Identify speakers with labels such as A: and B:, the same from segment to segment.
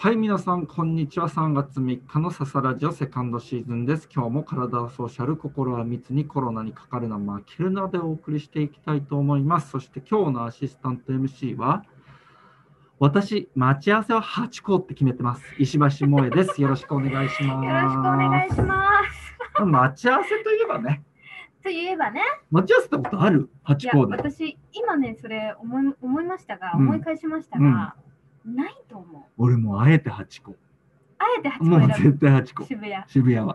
A: はい、皆さん、こんにちは。3月3日のササラジオセカンドシーズンです。今日も体はソーシャル、心は密にコロナにかかるな、負けるなでお送りしていきたいと思います。そして今日のアシスタント MC は、私、待ち合わせは8校って決めてます。石橋萌えです。よろしくお願いします。
B: よろしくお願いします。
A: 待ち合わせといえばね、
B: といえばね、
A: 待ち合わせたことある
B: い
A: ?8
B: や
A: 校で。
B: 私、今ね、それ思い思いましたが、
A: うん
B: 思い返しましたが、ないと思う。
A: 俺もうあえて8校。
B: あえて
A: もう
B: 8個選
A: 絶対8
B: ぶ
A: 校。
B: 渋谷。
A: 渋谷は。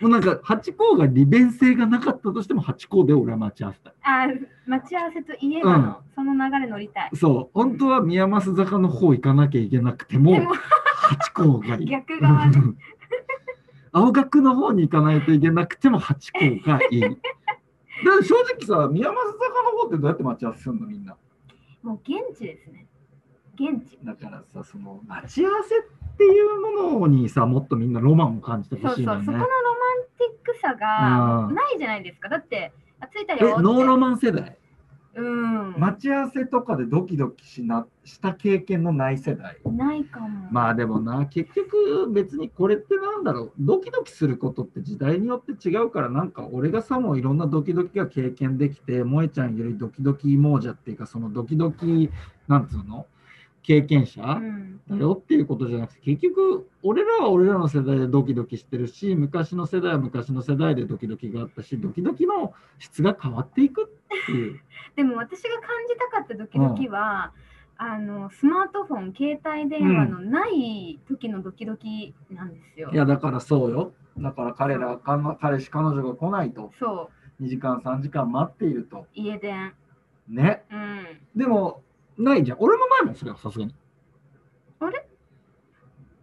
A: もうなんか8校が利便性がなかったとしても8校で俺は待ち合わせたい。
B: あ待ち合わせといえばの、その流れ乗りたい。
A: そう、本当は宮益坂の方行かなきゃいけなくても
B: で、も、
A: 八甲がいい。
B: 逆側ね。
A: 青学の方に行かないといけなくても八甲がいい。だから正直さ、宮益坂の方ってどうやって待ち合わせするのみんな。
B: もう現地ですね。現地。
A: だからさ、その待ち合わせっていうものにさ、もっとみんなロマンを感じて
B: そ
A: ほ
B: うそ
A: し
B: う、
A: い
B: そこ
A: のよ
B: のロ
A: ね
B: マン。ティックさ
A: う
B: が
A: ん
B: ないじゃないですか。だって、あ着いた
A: え、
B: よって。
A: ノーロマン世代
B: うん。
A: 待ち合わせとかでドキドキしなした経験のない世代。
B: ないかも。
A: まあでもな結局別にこれってなんだろうドキドキすることって時代によって違うからなんか俺がさもいろんなドキドキが経験できて萌えちゃんよりドキドキ亡者っていうかそのドキドキなんつうの経験者
B: う
A: だ
B: ん。
A: よっていうことじゃなくて結局俺らは俺らの世代でドキドキしてるし昔の世代は昔の世代でドキドキがあったしドキドキの質が変わっていくっていう。
B: でも私が感じたかったドキドキは、あのスマートフォン携帯電話のない時のドキドキなんですよ。
A: いやだからそうよだから彼らは彼彼氏彼女が来ないと
B: そう
A: 2時間3時間待っていると。
B: 家電。
A: ね。
B: うん。
A: でも、ないじゃん。俺もないもん、それはさすがに。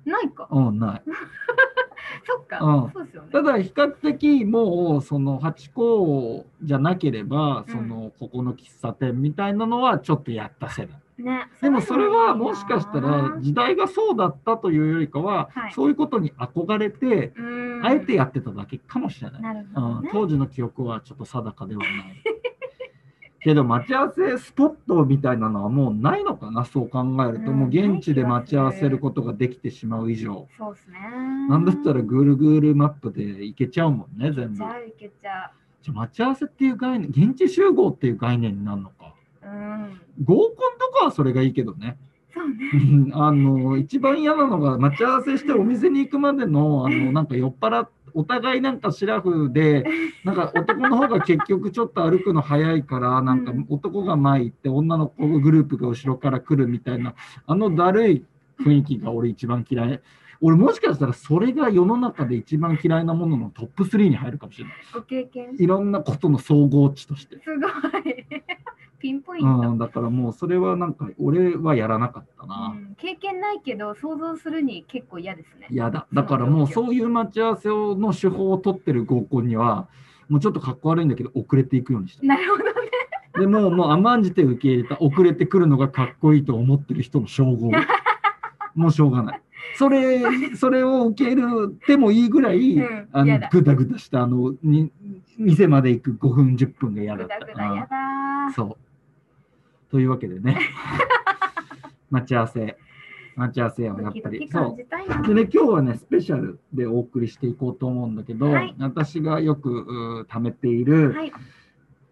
B: ないか。
A: うん、ない。
B: そっか。
A: うん
B: そうですよね。
A: ただ、比較的、もう、その、ハチ公じゃなければ、その、ここの喫茶店みたいなのは、ちょっとやった世代。
B: ね。
A: でも、それは、
B: ういうのいい
A: も
B: な
A: しかしたら、時代がそうだったというよりかは
B: は、い
A: そういうことに憧れて、
B: うん。
A: あえてやってただけかもしれない。
B: なる
A: う
B: ほど
A: ん
B: ね。
A: 当時の記憶はちょっと定かではない。 けど待ち合わせスポットみたいなのはもうないのかなそう考えると、
B: うん
A: もう現地で待ち合わせることができてしまう以上、
B: そうですね。
A: なんだったら Google マップで行けちゃうもんね全部
B: じ
A: じ
B: ゃ
A: ゃ
B: あいけちゃ
A: あ待ち合わせっていう概念現地集合っていう概念になるのか
B: う。うん。
A: 合コンとかはそれがいいけどね
B: そうね。
A: うんあの一番嫌なのが待ち合わせしてお店に行くまでのあ のなんか酔っ払っお互いなんかシラフでなんか男の方が結局ちょっと歩くの早いからなんか
B: うん
A: 男が前行って女の子グループが後ろから来るみたいなあのだるい雰囲気が俺一番嫌い俺もしかしたらそれが世の中で一番嫌いなもののトップ3に入るかもしれない
B: ご経験。す
A: いろんなことの総合値として、
B: ごい。 ピンポイン
A: う
B: ト。
A: ん、だからもうそれはなんか俺はやらなかったな、
B: うん経験ないけど想像するに結構嫌ですね。
A: やだ。
B: そ
A: だ
B: の
A: からもう
B: 状況
A: そういう待ち合わせをの手法を取ってる合コンには、もうちょっとかっこ悪いんだけど、遅れていくようにし
B: なるほどね。
A: た。でもう、もう甘んじて受け入れた、遅れてくるのがかっこいいと思ってる人の称号。もうしょうがない。それ、それを受け入れてもいいぐらい、
B: うん
A: あ
B: や
A: の
B: だ、
A: ぐだぐだした、あの、に店まで行く5分、10分が嫌だ
B: ぐ
A: った
B: だ
A: か
B: ぐだ
A: な。
B: やだー。
A: そう。というわけで ね、待ち合わせ。待ち合わせはやっぱり。
B: 時
A: そう
B: 々感。じたいな。
A: でね、今日はね、スペシャルでお送りしていこうと思うんだけど、
B: はい
A: 私がよくうー貯めている、
B: はい、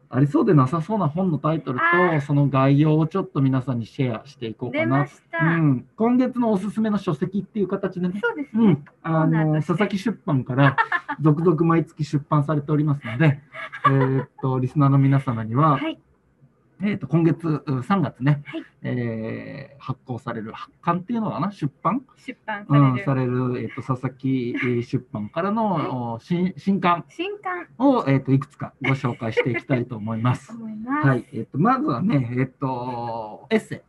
A: ありそうでなさそうな本のタイトル
B: あ
A: と、その概要をちょっと皆さんにシェアしていこう
B: 出
A: か
B: ま
A: な。
B: した。
A: うん、今月のおすすめの書籍っていう形でね、
B: そうです
A: う
B: ね。
A: ん、あの佐々木出版から 続々毎月出版されておりますので、えーっとリスナーの皆様には、
B: はい、
A: えーっと今月う3月ね、
B: はい
A: えー発行される発刊っていうのかな出版
B: 出版さ
A: う
B: れ
A: ん
B: る、、
A: される、えっと佐々木えー出版から
B: はい
A: のお新新刊
B: 新刊
A: を、えっといくつかご紹介していきたいと思います。
B: 思います。
A: はいえっとまずはね、えっとエッセ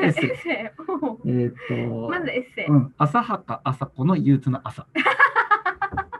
B: エッセイ、
A: エ
B: エ
A: ッ
B: ッセイお う
A: イ、えっと
B: まずエッセイ。
A: うん、浅はか朝子の憂鬱な 朝。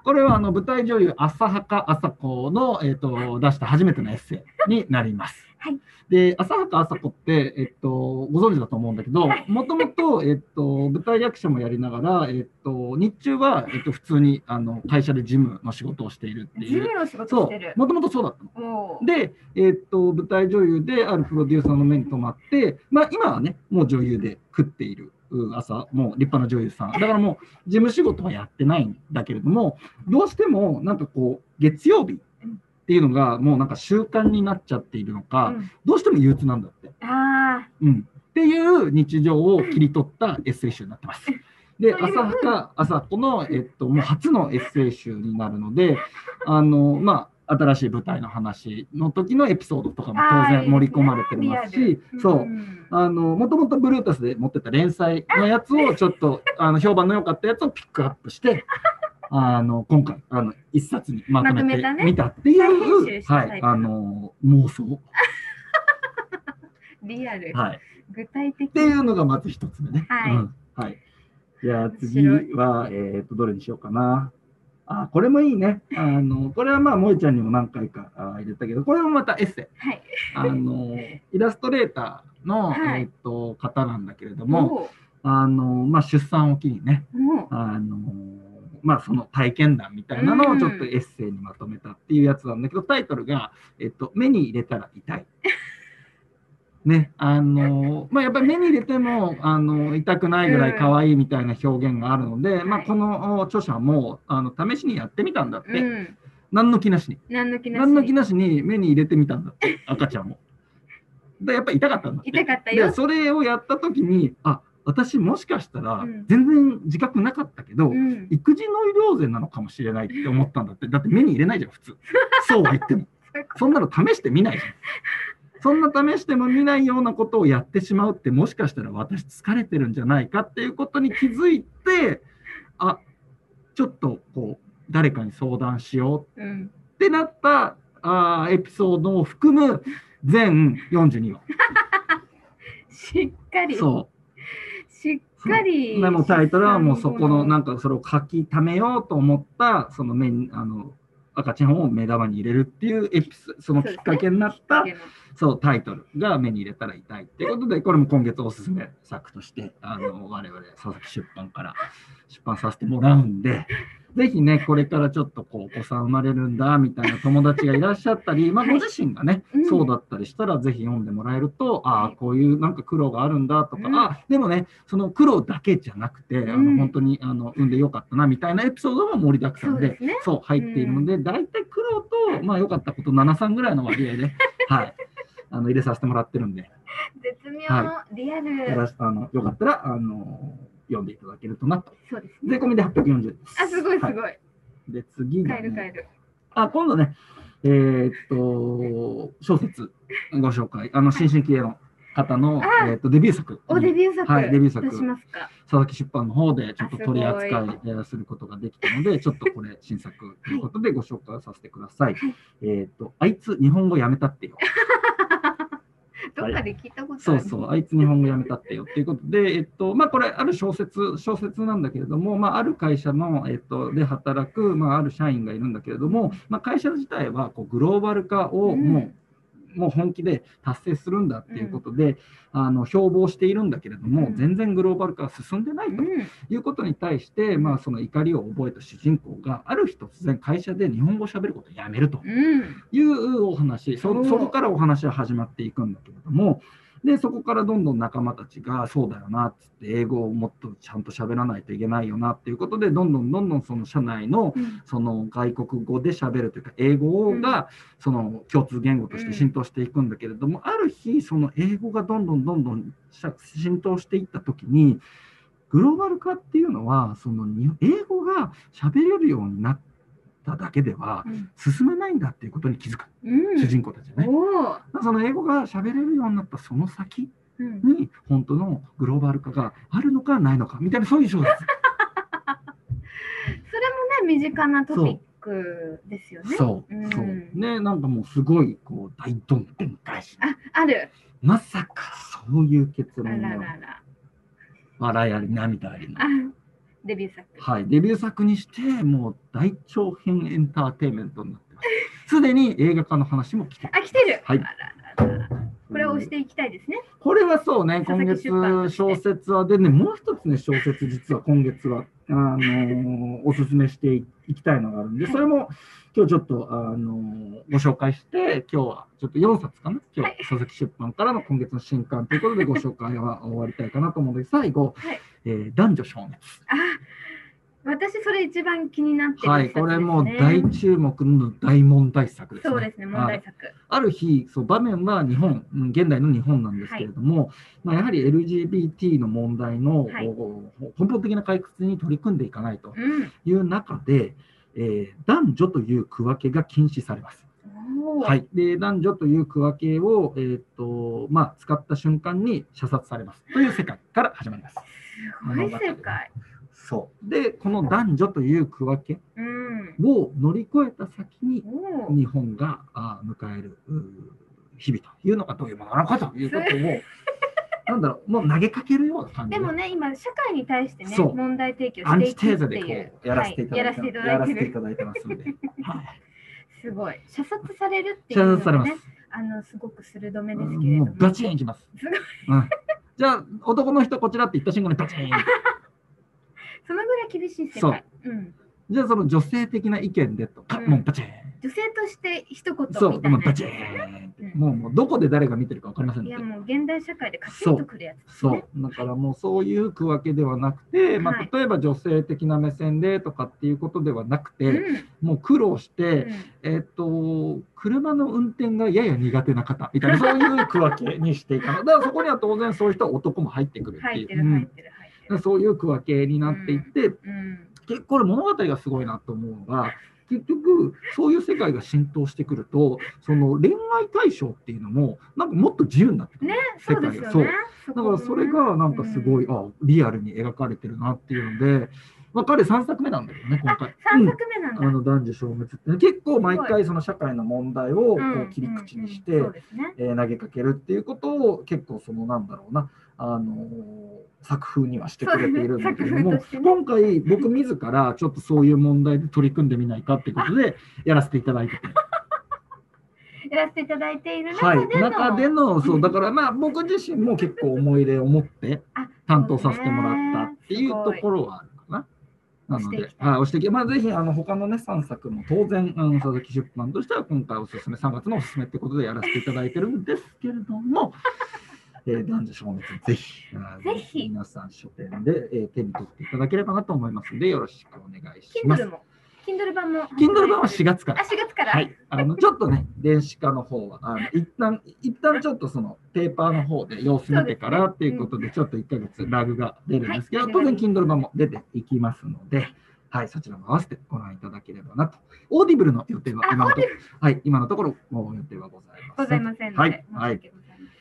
A: これはあの舞台女優浅はか朝子の、えっと出した初めてのエッセイになります。
B: はい
A: で浅はか朝子って、えっとご存知だと思うんだけどもともと、えっと舞台役者もやりながら、えっと日中は、えっと普通にあの会社で事務の仕事をしているって
B: ジ
A: い
B: ム
A: う。
B: の仕事
A: そ
B: してる
A: う。もともとそうだったの。
B: おう
A: で、えーっと舞台女優であるプロデューサーの目に留まって、まあ、今はねもう女優で食っている朝、もう立派な女優さん。だからもう、事務仕事はやってないんだけれども、どうしても、なんかこう、月曜日っていうのが、もうなんか習慣になっちゃっているのか、
B: うん
A: どうしても憂鬱なんだって。
B: ああ、
A: うん。っていう日常を切り取ったエッセイ集になってます。で、
B: そういう
A: 朝か朝子の、えっと、もう初のエッセイ集になるので、あの、まあ、新しい舞台の話の時のエピソードとかも当
B: あー
A: 然盛り込まれてます
B: リ
A: し
B: ア、ル
A: そう。
B: ん
A: あの、もともとブルータスで持ってた連載のやつを、ちょっと、あの、評判の良かったやつをピックアップ して、あの、今回、あの、一冊にまとめ
B: まとめたね
A: てみたってい
B: 再編集
A: う、
B: した
A: は
B: タイ
A: い、
B: プの
A: あの、妄想。
B: リアル、
A: はい。っ
B: 具体的
A: ていうのがまず一つ目ね。
B: はい
A: うんはい。じゃあ
B: 面
A: 次
B: 白い
A: は、えっと、どれにしようかな。あ、これもいいね。あの、これはまあ、萌ちゃんにも何回かあ入れたけど、これもまたエッセイ。
B: はい。
A: あ の、イラストレーターの、
B: はい
A: えっと、方なんだけれども、
B: も
A: あのまあ、出産を機にね、
B: う、もう、
A: あのまあ、その体験談みたいなのをちょっとエッセイにまとめたっていうやつなんだけど、タイトルが、えっと「目に入れたら痛い」ねあ のまあ、やっぱり目に入れてもあの痛くないぐらい可愛いみたいな表現があるので、
B: うん
A: まあ、
B: はい
A: この著者もあの試しにやってみたんだって、
B: うん、
A: 何の気なしに
B: 何の気なし
A: 何
B: に
A: の気なしに目に入れてみたんだって赤ちゃんも。でやっぱ痛かったんだって。
B: 痛かったよ
A: で。それをやった時にあ私もしかしたら
B: うん
A: 全然自覚なかったけど、
B: うん、
A: 育児ノイローゼなのかもしれないって思ったんだってだって目に入れないじゃん普通 そうは言っても
B: そういうこと
A: そんなの試してみないじゃんそんな試しても見ないようなことをやってしまうってもしかしたら私疲れてるんじゃないかっていうことに気づいてあちょっとこう誰かに相談しよう
B: うん、
A: ってなったあーエピソードを含む全42話
B: しっかり、
A: そう
B: しっかり。
A: でもタイトルはもうそこのなんんかそれを書き溜めようと思ったその目にあの赤ちゃんを目玉に入れるっていうエピソそのきっかけになったそうタイトルが目に入れたら痛いっていうことでこれも今月おすすめ作としてあの我々佐々木出版から出版させてもらうんで。ぜひね、これからちょっとこうお子さん生まれるんだみたいな友達がいらっしゃったり、まあ、
B: は
A: ご
B: い
A: 自身がね、
B: うん
A: そうだったりしたら、ぜひ読んでもらえると、あ
B: は
A: あ
B: い、
A: こういうなんか苦労があるんだとか、
B: うん
A: あでもね、その苦労だけじゃなくて、あ
B: う
A: の
B: ん
A: 本当にあの産んでよかったなみたいなエピソードも盛りだくさん
B: そうで
A: で、
B: すね
A: そう入っているので、大体苦労と、まあ、良かったこと7、3ぐらいの割合 で、はい、あの入れさせてもらってるんで、
B: 絶妙、
A: は
B: リア
A: よ
B: ル。
A: ろしあのよかったらあの読んでいただけるとなと。
B: そうです
A: 税
B: ね。
A: 込みで840円です。
B: あ、すごいすごい。
A: はで、次が、
B: 帰る帰
A: ね、
B: る。
A: あ、今度ね、えーっと、小説ご紹介、あの、新進気鋭の方の、
B: あ
A: えーっと、デビュー作。
B: おデビュー作、
A: はいデビュー作
B: 出しますか。
A: 佐々木出版の方でちょっと
B: あすごい
A: 取り扱いえーすることができたので、ちょっとこれ新作ということでご紹介させてください。えーっと、あいつ日本語やめたってよ。
B: どっかで聞いたことある。
A: そうそう、あいつ日本語やめたってよっていうことで、えっと、まあこれある小説、小説なんだけれども、まあある会社の、えっと、で働く、まあある社員がいるんだけれども、まあ会社自体はこうグローバル化を
B: うん
A: もう、もう本気で達成するんだっていうことで、あの標榜しているんだけれども、
B: うん
A: 全然グローバル化が進んでないうと
B: ん。
A: いうことに対して、まあ、その怒りを覚えた主人公がある日突然会社で日本語をしゃべることをやめると
B: うん。
A: いうお話そ
B: おー
A: そこからお話は始まっていくんだけれどもでそこからどんどん仲間たちがそうだよなっつって英語をもっとちゃんと喋らないといけないよなっていうことでどんどんどんどんその社内の
B: うん
A: その外国語で喋るというか英語がその共通言語として浸透していくんだけれども、ある日その英語がどんどんどんどんしゃ浸透していった時にグローバル化っていうのはそのに英語が喋れるようになっただけでは
B: うん
A: 進めないんだっていうことに気づく、
B: うん
A: 主人公たちはね。
B: おー
A: その英語が喋れるようになったその先
B: うん
A: に本当のグローバル化があるのかないのかみたいなそういう小説。
B: それもね、身近なトピックですよね。
A: そう、
B: うん
A: そう。ね、なんかもうすごい、こう、大どんでん返し。
B: あ、ある。
A: まさか、そういう結
B: あ
A: 論
B: ら
A: が
B: らら。
A: 笑いあり、涙ありの
B: あ。、デビュー作。
A: はい、デビュー作にして、もう大長編エンターテインメントになってます。すでに映画化の話も来てる
B: あ、来てる。
A: はい
B: あららら。これを押していきたいですね。
A: これはそうね、
B: 佐
A: 今
B: 々木
A: 月
B: 出版として
A: 小説は、でね、もう一つね、小説実は今月はあ のおすすめしていきたいのがあるんで、それも今日ちょっと、あのご紹介して、今日はちょっと4冊かな、今日、書籍出版からの今月の新刊という ことでご紹介は終わりたいかなと思うので、最後、はい、えー、男女消滅。
B: 私それ一番気になって、ね、
A: はい、これも大注目の大問題作です、
B: ね、そうですね、問題作。
A: ある日、そう場面は日本、現代の日本なんですけれども、はい、まあ、やはり LGBT の問題の、はい、根本的な解決に取り組んでいかないという中で、うん、えー、男女という区分けが禁止されます。はい、で男女という区分けを、えーとまあ、使った瞬間に射殺されますという世界から始まります。
B: すごい世界。
A: そうでこの男女という区分けを乗り越えた先に日本が迎える日々というのがどういうものなのかということを。 なんだろうもう投げかけるような感
B: じでもね今社会に対してね問題提起をしていくっていう、
A: やらせていただいて、はい、やらせていただいてますんで、 はい
B: すごい射殺されるっていうのがねあのすごく鋭めですけれども
A: ガチンいきますうん、じゃあ男の人こちらって言った瞬間にガチ ン
B: そのぐらい厳しい世界。う,うん、
A: じゃあその女性的な意見でとか、うん、もうバチン。
B: 女性として一言
A: そう、もうバチン、うん、もうもうどこで誰が見てるか分かりません
B: いやもう現代社会でカチンとくるやつ、ね、
A: そうだからもうそういう区分けではなくて、はい、まあ、例えば女性的な目線でとかっていうことではなくて、はい、もう苦労して、うん、えっ、ー、と車の運転がやや苦手な方みたい なそういう区分けにしていかないだからそこには当然そういう人は男も入ってくるっていう。入ってる入ってる、そういう区分けになっていって、うんうん、これ物語がすごいなと思うのが結局そういう世界が浸透してくるとその恋愛対象っていうのもなんかもっと自由になってくる、
B: ね、
A: 世界が
B: そう,、ね
A: そうだからそれがなんかすごい、うん、あリアルに描かれてるなっていうので。まあ、彼3作目なんだけどね、今回。、
B: 3作目なんだ、うん
A: あの男女消滅って、ね、結構毎回その社会の問題をこう切り口にして、うんね、えー、投げかけるっていうことを結構そのなんだろうな、あのー、作風にはしてくれているんだけども、ね、今回僕自らちょっとそういう問題で取り組んでみないかってことでやらせていただいてて。
B: やらせていただいている
A: 中での、はい、中でのそうだからまあ僕自身も結構思い入れを持って担当させてもらったっていうところはある。なので、あ押してきまあ、ぜひあの他のね3作も当然、うん、佐々木出版としては今回おすすめ3月のおすすめってことでやらせていただいてるんですけれど も、えー、男女消滅ぜひ
B: ぜひ
A: 皆さん書店で、えー、手に取っていただければなと思いますのでよろしくお願いします。
B: Kindle も Kindle 版も
A: Kindle 版は4月から。
B: あ4月から。
A: はい。あのちょっ とね電子化の方はあの一旦一旦ちょっとそのペーパーの方で様子見てからっていうことでちょっと1か月ラグが出るんですけど、はい、当然 Kindle 版も出ていきますので。はい、そちらも合わせてご覧いただければなと。オーディブルの予定は今のとこ ろ、はい、今のところも予定はございません。
B: ございません
A: はい、はい。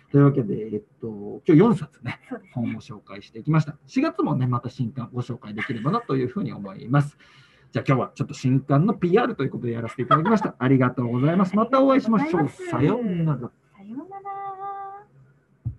A: というわけで、えっと、今日4冊ね、本を紹介していきました。4月もね、また新刊ご紹介できればなというふうに思います。じゃあ今日はちょっと新刊の PR ということでやらせていただきました。ありがとうございます。またお会いしましょう。さようなら。